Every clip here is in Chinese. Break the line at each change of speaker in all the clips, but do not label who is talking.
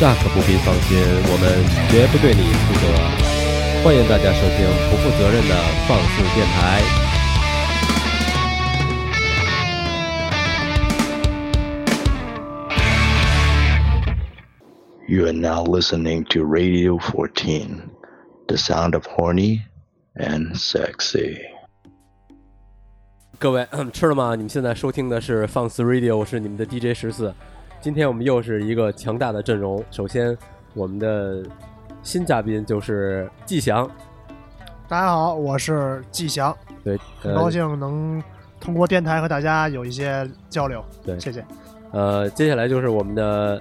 那可不必放心，我们绝不对你负责。欢迎大家收听不负责任的放肆电台。
You are now listening to Radio 14, the sound of horny and sexy.
各位嗯吃了吗？你们现在收听的是放肆 Radio，我是你们的 DJ 十四。今天我们又是一个强大的阵容。首先，我们的新嘉宾就是季翔，
大家好，我是季翔，
对，
很高
呃
兴能通过电台和大家有一些交流，
对
谢谢。
呃，接下来就是我们的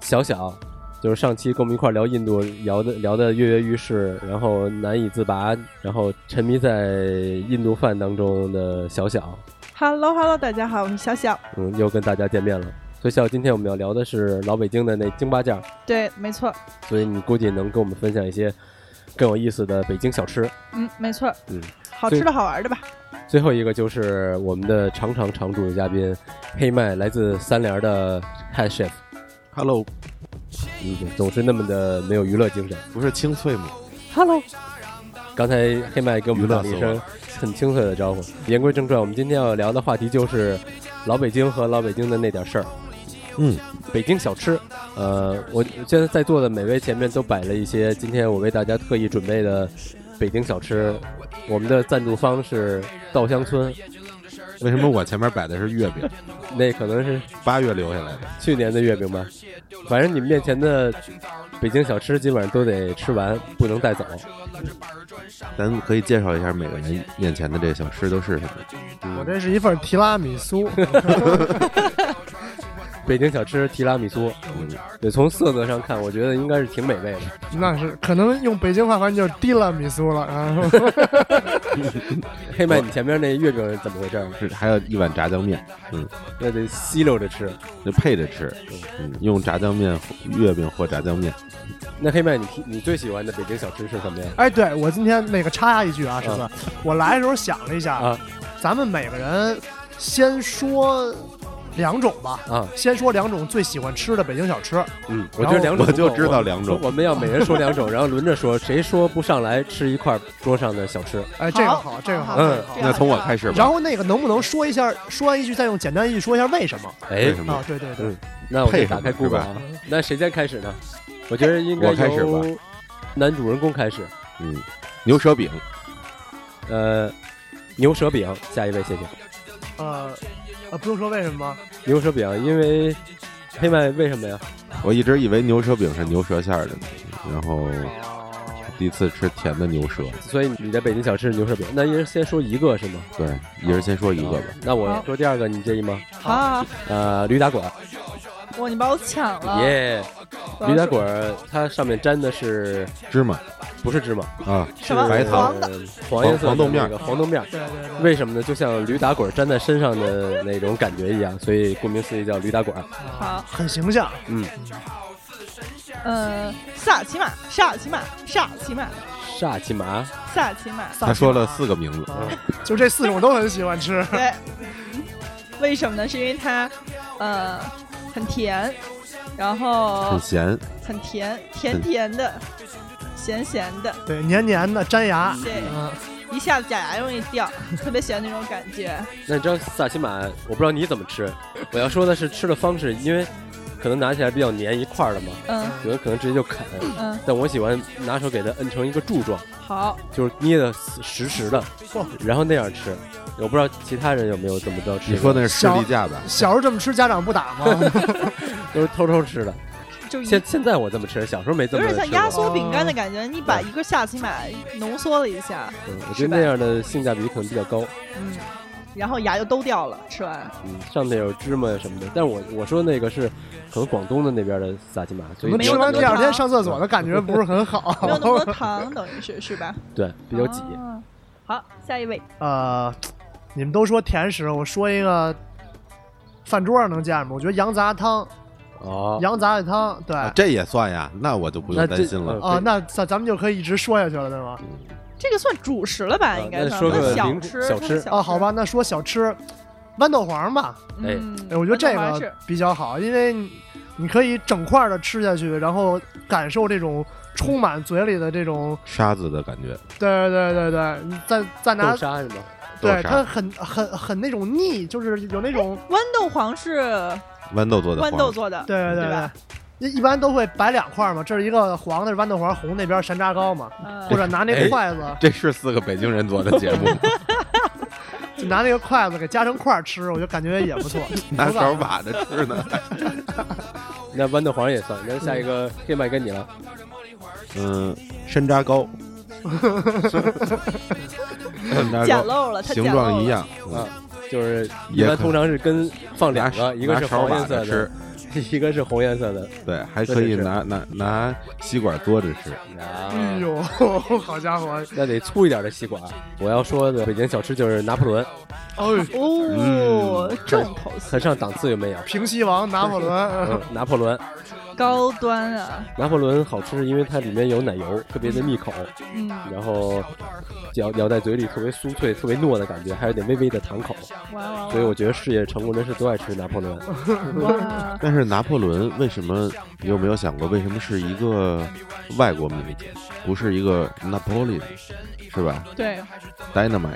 小小，就是上期跟我们一块儿聊印度，聊的聊的跃跃欲试，然后难以自拔，然后沉迷在印度饭当中的小小，
Hello Hello，大家好，我是小小。
嗯，又跟大家见面了。所以小小，今天我们要聊的是老北京的那京八件儿，
对，没错，
所以你估计能跟我们分享一些更有意思的北京小吃。
嗯，没错，
嗯，
好
对
吃的好玩的吧？
最后一个就是我们的常常常驻嘉宾黑麦，来自三联的 Head Chef。Hello，嗯，对总是那么的没有娱乐精神。
不是清脆吗？
刚才黑麦给我们打了一声很清脆的招呼。言归正传，我们今天要聊的话题就是老北京和老北京的那点事儿。
嗯，
北京小吃。呃，我现在在座的每位前面都摆了一些今天我为大家特意准备的北京小吃。我们的赞助方是稻香村，
为什么我前面摆的是月饼？
那可能是
八月留下来的，
去年的月饼吧。反正你们面前的北京小吃基本上都得吃完，不能带走。
咱可以介绍一下每个人面前的这小吃都是什么？嗯
我这是一份提拉米苏，
北京小吃提拉米苏，对，从色泽上看，我觉得应该是挺美味的。
那是可能用北京话翻译就是提拉米苏了 啊。然后
黑麦，你前面那月饼是怎么回事儿？
是还有一碗炸酱面，嗯，
那得吸溜着吃。
就配着吃，嗯，用炸酱面、月饼或炸酱面。
那黑麦，你你最喜欢的北京小吃是什么呀？
哎，对我今天那个插一句啊，十四
啊，
我来的时候想了一下
啊，
咱们每个人先说两种吧，
啊，
先说两种最喜欢吃的北京小吃。
嗯，我觉得两种
我
不够
就知道两种
我们要每人说两种，然后轮着说，谁说不上来吃一块桌上的小吃？
哎，这个
好
好，这个好，
好
这
嗯
个好。
那从我开始
然
吧，
后那个能不能说一下，说完一句再用简单一句说一下为什么？
哎
为，什
啊
么？，
对对对
嗯，那我就
配
打
什么
开 Google 啊。那谁先开始呢？我觉得应该
我开始吧
由男主人公开始。
嗯，牛舌饼，
呃，牛舌饼，下一位谢谢。
呃，呃，不用说为什么吗，
牛舌饼，因为黑麦为什么呀？
我一直以为牛舌饼是牛舌馅儿的呢，然后第一次吃甜的牛舌，
所以你的北京小吃是牛舌饼，那一人先说一个是吗？
对，一人先说一个吧。
啊那我说第二个，你介意吗？
好好，好
呃，驴打滚儿，
啊哇，你把我抢了！
耶！
我要
驴打
说
滚儿，它上面粘的是
芝麻
不是芝麻？呃
啊，
什么
白糖
黄的，
黄颜色的
黄豆面
那个黄豆面儿。
对对对，
为什么呢？就像驴打滚儿粘在身上的那种感觉一样，所以顾名思义叫驴打滚儿。
好，
很形象。
嗯，萨琪玛，萨琪玛，萨琪玛，
萨其马，
萨 琪玛，。
他说了四个名字，
啊， 就这四种都很喜欢吃
对，为什么呢？是因为它，呃，很甜，然后
很咸，
很甜，甜甜的，咸咸的，
对，黏黏的，粘牙。
对，
嗯，
一下子假牙容易掉，特别喜欢那种感觉。
那你知道萨其马，我不知道你怎么吃。我要说的是吃的方式，因为可能拿起来比较粘一块儿的嘛，
嗯
有的可能直接就啃。
嗯，
但我喜欢拿手给它摁成一个柱状，
好，
就是捏的实实的，然后那样吃。我不知道其他人有没有这么着吃。
你说那是士力架子，
小时候这么吃，家长不 打吗？
都是偷偷吃的。
就一
现现在我这么吃，小时候没这
有
么
点
吃过。
像压缩饼干
哦
的感觉，你把一个下棋码浓缩了一下，
嗯我觉得那样的性价比可能比较高。
嗯，然后牙就都掉了，吃完。
嗯，上面有芝麻什么的。但我我说那个是可能广东的那边的萨其马，所
我
以
们
比
吃
较
完
没有
第二
那么
天
多
上厕所的感觉不是很
没有那
好。
么多 糖，等于是是吧？
对比较挤。
啊好，下一位，
呃，你们都说甜食，我说一个。饭桌上能见吗？我觉得羊杂汤，
哦，
羊杂菜汤，对
啊
啊、
这也算呀？那我就不
那
用
这
担心了。
呃
嗯
那咱咱们就可以一直说下去了，对吗？
这个算主食了吧？
啊
应该
那
算
说
那
个
小
零
吃，
小
它
吃
是
啊，好吧，，那说小吃，豌豆黄吧，
哎
嗯
哎，我觉得这
那我还是
个比较好，因为你可以整块的吃下去，然后感受这种充满嘴里的这种，
沙子的感觉，
对对对对，你再再拿
豆，沙是吗？
豆
对它
沙，
很很很那种腻，就是有那种，
豌豆黄是
豌豆做的，
豌豆，做的，
啊对对
对
对
吧，
一一般都会摆两块嘛，这是一个黄的是豌豆黄，红那边山楂糕嘛，
嗯
或者拿那
哎
筷子，
这是四个北京人做的节 目吗，
就拿那个筷子给夹成块儿吃，我就感觉也不错。
拿
手感
手把着吃 呢。
那豌豆黄也算。那下一个黑麦该你了，
嗯，山 楂糕，山楂
简
糕，
陋了，它
形
简陋
状一
了。
样，
啊
嗯，
就是一
也
般
可
通常是跟放两
拿
个，一个是
拿勺
黄
把
颜
着
色
吃
的，，一个是红颜色的。
嗯对，还
是
可以
是
拿拿拿吸管嘬着吃。
哎
啊，
呦， 好家伙！
那得粗一点的吸管。我要说的北京小吃就是拿破仑，嗯
哦，
哦，重口
很
味，
上档次有没有？
平西王拿破仑，
嗯，拿破仑，
高端啊，
拿破仑好吃是因为它里面有奶油，特别的密口，
嗯
然后咬咬在嘴里特别酥脆、特别糯的感觉，还有点微微的糖口。
哇
所以我觉得事业成功人士都爱吃拿破仑。
哇哇，
但是拿破仑为什么你有没有想过，为什么是一个外国名字，不是一个 Napoleon，是吧
对，
？Dynamite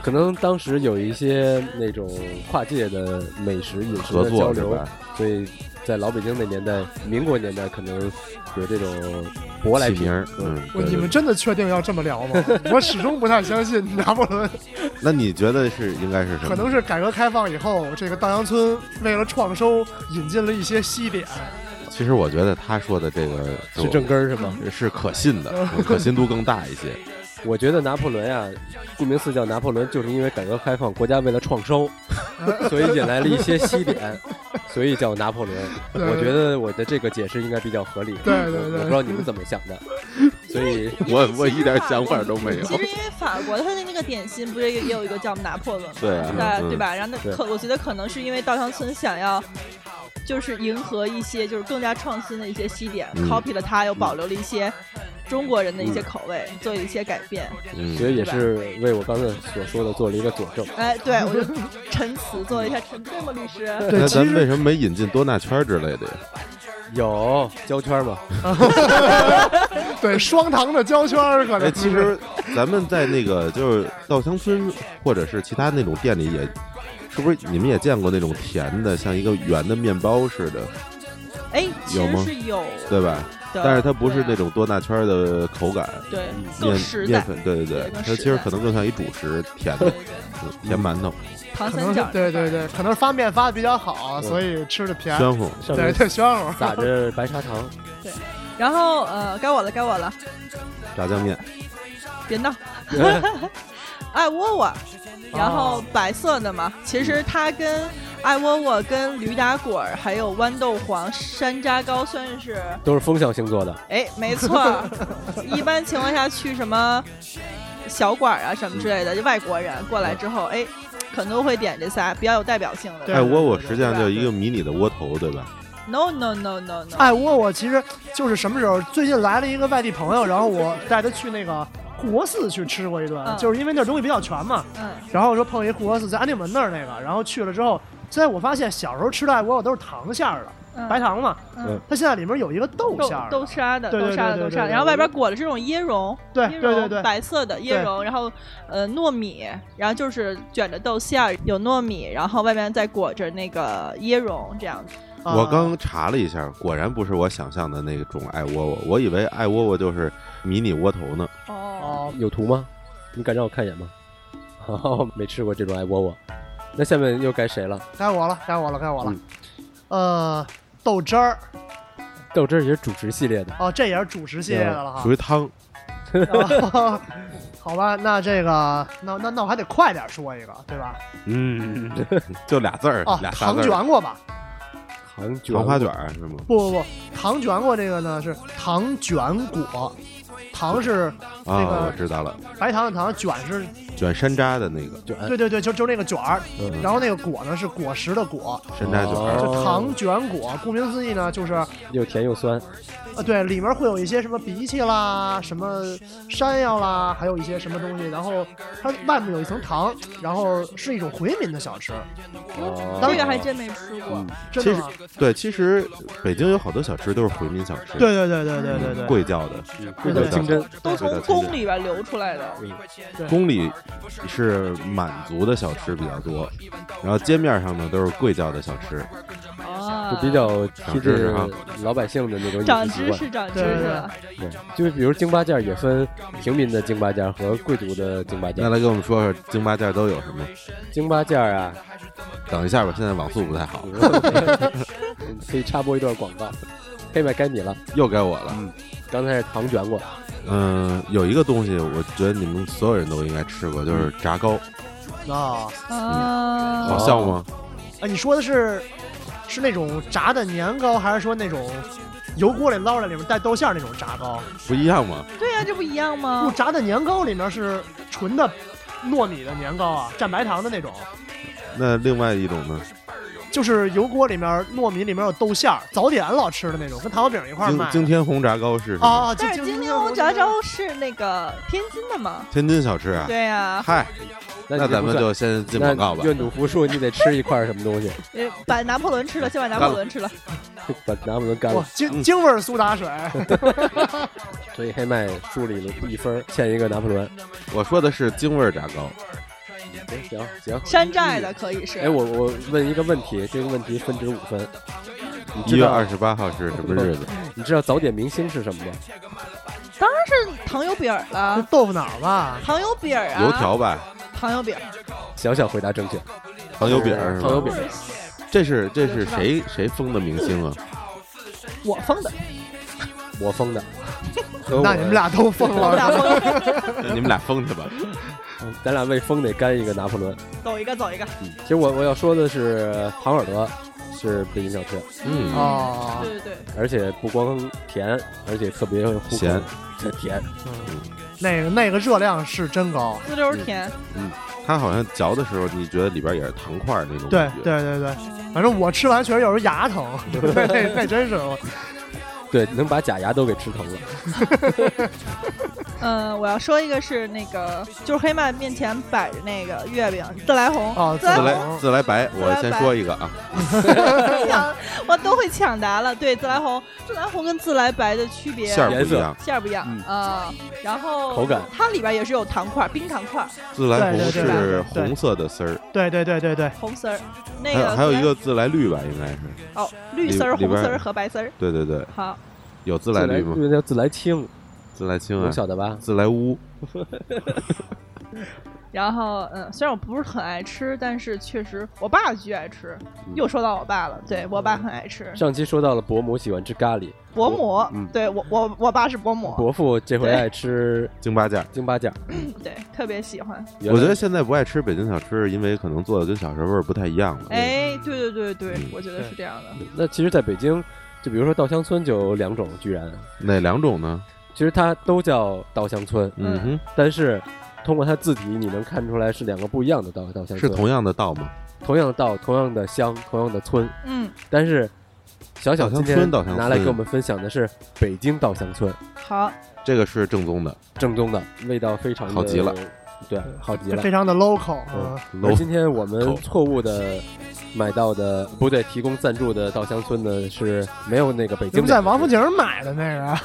可能当时有一些那种跨界的美食饮食
合
的交
作是
流
吧，？
所以在老北京那年代、民国年代，可能有这种舶来
起
品
名儿，。嗯，
我你
对对
们真的确定要这么聊 吗？我始终不太相信拿破仑，
那你觉得是应该是什么？
可能是改革开放以后，这个稻香村为了创收引进了一些西点，
其实我觉得他说的这个
是正根儿是吗？
是可信的，可信度更大一些。
我觉得拿破仑呀、顾名思义叫拿破仑，就是因为改革开放，国家为了创 收，所以引来了一些西点，所以叫拿破仑。
对
我觉得我的这个解释应该比较合理。
对对对
我不知道你们怎么想的。所以
我我一点想法都没有哎
其实因为法国它的那个点心不是也有一个叫拿破仑吗？
对啊
吧
嗯
对吧？然后
对
那可我觉得可能是因为稻香村想要。就是迎合一些就是更加创新的一些西点、
嗯
c o p y 了它，又保留了一些中国人的一些口味，做了一些改变。
嗯，
觉得也是为我刚才所说的做了一个佐证。
哎，对我 就陈词做了一下陈对吗，律师？
对，
那
其
咱们为
实
什么没引进多纳圈之类的呀？
有胶圈嘛？
对双糖的胶圈儿可
哎，
能
其实 咱们在那个就是稻香村或者是其他那种店里也，是不是你们也见过那种甜的，像一个圆的面包似的，
哎，其
有
实
吗
是有的，
对吧？但是它不是那种多纳圈的口感，
对啊对更
面
实
面
在，
粉，对对对
对，更
它其
实
实
在
可能更像一主食，甜的，嗯甜馒头，
糖
可
三
能是
角
对对对，可能是发面发的比较好，所以吃的便宜。
暄乎。
上
对
面
对，香乎。
撒着白砂糖，
然后呃，该我了，该我了，
炸酱面，
别闹。爱窝窝，然后白色的嘛，其实它跟爱窝窝、跟驴打滚儿、还有豌豆黄、山楂糕算是，
都是风象星座的。
哎，没错儿。一般情况下去什么小馆儿啊什么之类的，就外国人过来之后，哎，可能都会点这仨比较有代表性的。
对
哎，窝窝
对
实际上就是一个迷你的窝头，对吧？
No no no no no，
爱窝窝其实就是什么时候？最近来了一个外地朋友，然后我带他去那个护国寺去吃过一顿，
嗯
就是因为那儿东西比较全嘛。
嗯，
然后说碰一护国寺在安定门那儿那个，然后去了之后，现在我发现小时候吃的爱窝窝都是糖馅儿的，
嗯
白糖嘛，
嗯
它现在里面有一个豆
豆
馅儿的，
豆沙的，
对对
豆沙的，
对对
豆
对
沙的，
对
然后
对
外边裹了这种椰蓉，
对
椰
对
蓉
对对
白色的椰
对
蓉，然后呃糯米，然后就是卷着豆馅儿，有糯米，然后外面再裹着那个椰蓉，这样子。
啊
我刚
嗯
查了一下，果然不是我想象的那种爱窝窝，我以为爱窝窝就是迷你窝头呢。
哦，
哦，
有图吗？你敢让我看一眼吗？ 哦，没吃过这种 爱窝窝。那下面又该谁了？
该我了，该我了，该我了。
嗯
呃，豆汁儿
豆汁儿也是主食系列的，
哦，这也是主食系列的了哈
属。于汤，
啊 好吧，那这个，那那那我还得快点说一个，对吧？
嗯， 就俩字儿
哦，，
俩仨
糖
字儿，
卷过吧？
糖卷、
糖花卷儿是吗？
不不不，糖卷果这个呢是糖卷果，糖是
啊
那个，
我知道了，
白糖的糖，卷是
卷山楂的那个
卷
对对对，就就那个卷儿，
嗯
然后那个果呢是果实的果，
山楂卷
哦
儿，
就糖卷果。顾名思义呢，就是
又甜又酸，
呃，对，里面会有一些什么荸荠啦、什么山药啦，还有一些什么东西，然后它外面有一层糖，然后是一种回民的小吃，
哦
这个还真没吃过。
嗯
真的
其实
吗？
对，其实北京有好多小吃都是回民小吃，
对对对对对对对，
贵教的，
这叫
对
清真，
都从
对
宫里边流出来
哦
的，
宫里是满族的小吃比较多，然后街面上呢都是贵教的小吃，
啊
就，比较贴
长知识
近
啊
老百姓的那种饮
长
食习
知
惯。
识，长知
对
识啊
对
了。
对，就是比如京八件儿也分平民的京八件儿和贵族的京八件
那
儿。
来给我们说说京八件都有什么？
京八件儿啊，
等一下吧，现在网速不太好，
嗯可以插播一段广告。黑白该你了，
又该我了。
刚才是糖卷果，
嗯，有一个东西，我觉得你们所有人都应该吃过，就是炸糕，
啊，
嗯
啊，
好笑吗？
哎，你说的是是那种炸的年糕，还是说那种油锅里捞出来里面带豆馅儿那种炸糕？
不一样吗？
对啊呀，这不一样
不，
吗？
炸的年糕里面是纯的糯米的年糕啊，蘸白糖的那种，
那另外一种呢？
就是油锅里面糯米里面有豆馅儿，早点老吃的那种，跟糖油饼一块儿卖
京
的。
京天红炸糕是什么？
啊，
但是金陵红炸糕是那个天津的嘛？
天津小吃啊。
对呀，
嗨，
你
那
这
咱
不
们
算
就先进广告吧
那。愿赌服输，你得吃一块儿什么东西，
呃把拿破仑吃了，先把拿破仑吃了。
把拿破仑干
哇
嗯
了。，
京京味儿苏打水，
所以黑麦输了一分儿，欠一个拿破仑。
我说的是京味儿炸糕，
行行。
山寨的可以是，
哎，我我问一个问题，这个问题分值五分。你
一
知
月
道
二十八号是什么日子？
你知道早点明星是什么吗？
当然是糖油饼儿
这
了，
豆腐脑儿 吧？
糖油饼儿啊，
油条吧，
糖油饼儿，
小小回答正确。
糖油饼儿是
糖油
吧？
饼
是
这是这是谁谁封的明星 啊？
我封的，
我封 的，和
那
我
你们俩都疯
我 俩
了。
封的，
你们俩封去吧。
咱俩为封得干一个拿破仑。
走一个走一个，
嗯
其实我我要说的是糖耳朵是北京小吃，
嗯，
哦，
对对对，
而且不光甜，而且特别糊口
咸，
特甜。
那个那个热量是真高。
滋溜甜，
它好像嚼的时候，你觉得里边也是糖块儿那种
对
感觉。
对对对，
嗯
反正我吃完确实有时候牙疼， 那那真是我
对，能把假牙都给吃疼了。
嗯，我要说一个是那个，就是黑麦面前摆着那个月饼，自来红，
哦
自来
自
红
来自来白，我先说一个啊，
抢，我都会抢答了。对，自来红，自来红跟自来白的区别
馅儿不一样。
馅儿不一样
嗯
啊、然后
口感
它里边也是有糖块儿，冰糖块儿，
自来
对
红
对
对
是红色的丝儿，
对对对对对，
红丝儿，那
还
个
有还有
自来
一个自来绿吧，应该是。
哦，绿丝儿、
里里
红
边
丝儿和白丝儿。
对对对，
好，
有自
自
来绿吗？
这叫自来青，
自来青
能
啊，
晓得吧？
自来乌，
然后嗯，虽然我不是很爱吃，但是确实我爸巨爱吃。又说到我爸了，对我爸很爱吃
上期说到了伯母喜欢吃咖喱，
伯母，
嗯
对我我我爸是伯母，
伯父这回
对
爱吃
京八件儿。
京八件儿。
对，特别喜欢。
原
我
来
觉得现在不爱吃北京小吃，是因为可能做的跟小时候味儿不太一样了。
哎，对对对对，我觉得
对
是这样的。
那其实在北京，就比如说稻香村就有两种，居然
哪两种呢？
其实它都叫稻香村，
嗯哼，
但是通过它字体你能看出来是两个不一样的稻稻香村，
是同样的道吗？
同样的稻、同样的乡、同样的村，
嗯，
但是小小
稻
今
香
天
村稻香
拿来
村
给我们分享的是北京稻香村，
嗯好，
这个是正宗的
正宗的味道非常的
好极了，
对，好极
这
了
非。常的 local
嗯
啊。
而
low
今天我
口
们错误的买到的不对，提供赞助的稻香村呢是没有那个北
你
京
们在王府井买的那个，啊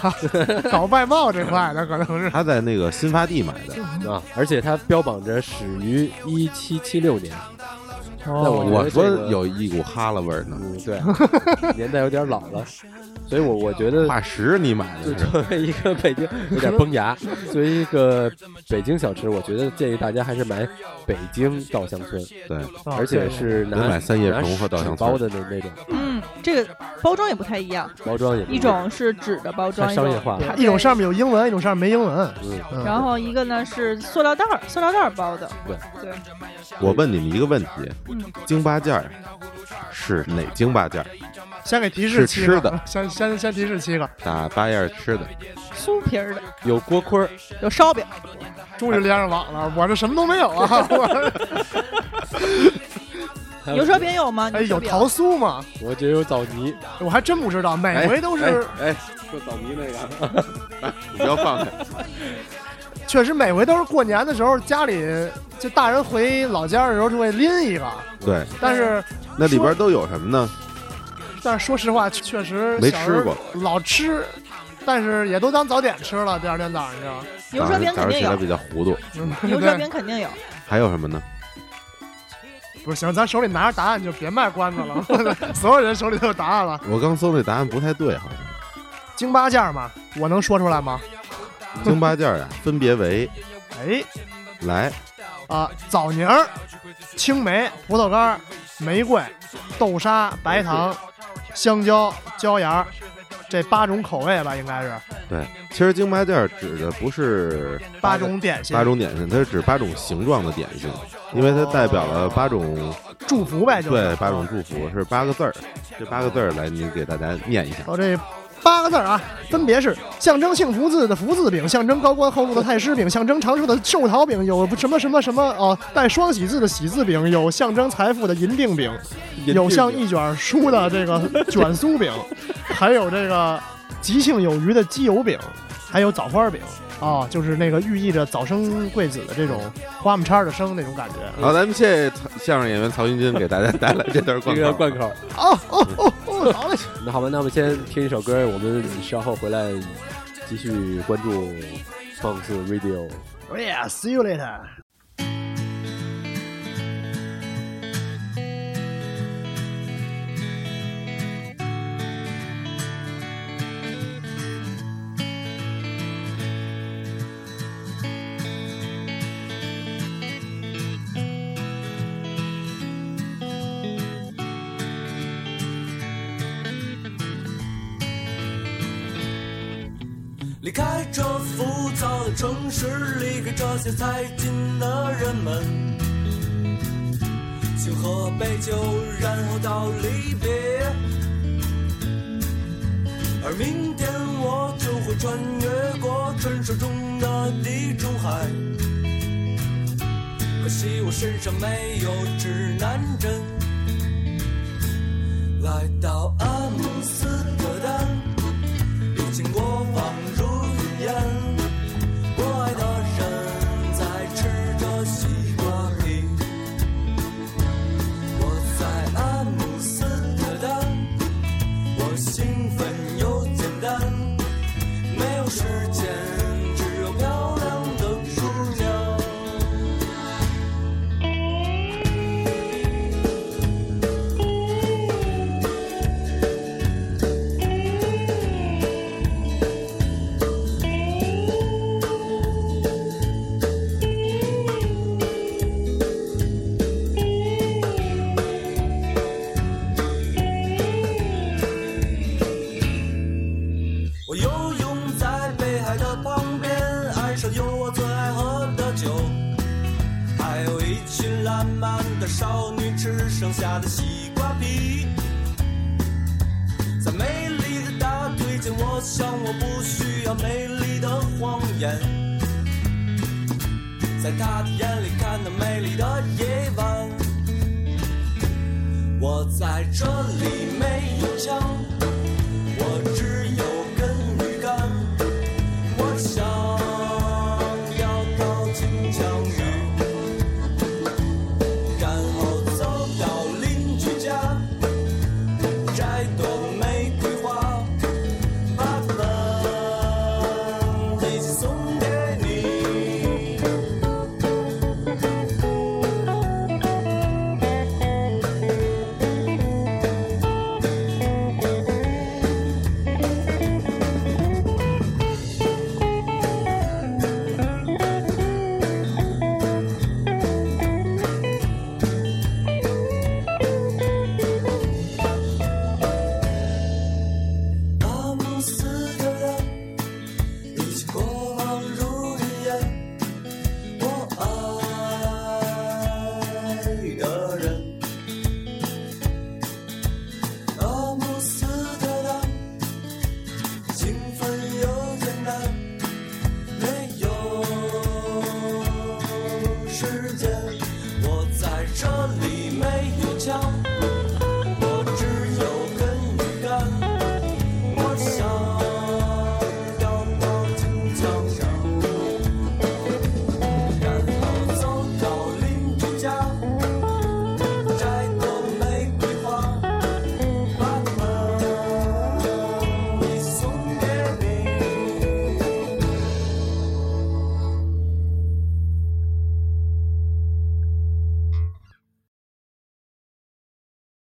搞外贸这块的可能是。
他在那个新发地买的，
啊，而且它标榜着始于一七七六年，
哦
我觉得
我说
这个
有一股哈喇味儿呢。
嗯，对，年代有点老了，所以我我觉得
化石你买
就
的是？
作为一个北京有点崩牙，作为一个北京小吃，我觉得建议大家还是买北京稻香村，
对，
哦
而且是拿
别买三叶
拿
虫和稻香村
纸包的那那种
嗯，这个包装也不太一样，
包装也不
一种是纸的包装，
太
一
商
种
业化了
它
一种上面有英文，一种上面没英文。
嗯，
嗯
然后一个呢是塑料袋儿，塑料袋儿包的。
对
对，
我问你们一个问题
嗯，
京八件儿是哪京八件儿？
先给提
是
示七
吃
个，
的
先先先提示七个，
打八样吃的，
酥皮儿的，
有锅盔儿，
有烧饼，
终于连上网了，我这什么都没有 啊！我
还
牛舌饼有吗？
哎，
牛舌
有
饼
桃酥吗？
我觉得有枣泥，
我还真不知道，每回都是，
哎，哎
说枣泥那个，
你不要放开，
确实每回都是过年的时候，家里就大人回老家的时候就会拎一个，
对，
但是
那里边都有什么呢？
但是说实话，确实
没
小时候
吃过，
老吃，但是也都当早点吃了，第二天早上就
牛舌饼肯
早上
定
起来
有，
比较糊涂，
嗯
牛
对
舌饼肯定有。
还有什么呢？
不是行，咱手里拿着答案就别卖关子了， 所有人手里都有答案了。
我刚搜那答案不太对，好像
京八件嘛，我能说出来吗？
京八件啊，分别为
哎
来
啊、枣泥儿、青梅、葡萄干儿、玫瑰、豆沙、白糖、香蕉、椒盐儿，这八种口味吧，应该是
对，其实京八件指的不是
八种点心，
八种点心，它是指八种形状的点心，因为它代表了八种
祝福呗，就是
对八种祝福是八个字儿，这八个字儿来您给大家念一下。
哦，这八个字儿啊，分别是象征幸福字的福字饼，象征高官厚禄的太师饼，象征长寿的寿桃饼，有什么什么什么哦，带双喜字的喜字饼，有象征财富的银锭饼，有像一卷书的这个卷酥饼，还有这个吉庆有余的鸡油饼，还有枣花饼。啊、就是那个寓意着早生贵子的这种花木叉儿的生那种感觉。
好，咱们谢谢曹相声演员曹云金给大家带来这 段
这
贯
个
口。
贯口。
哦哦哦哦，好嘞，
那好吧，那我们先听一首歌，我们稍后回来继续关注 Fox Radio。
Oh yeah, see you later.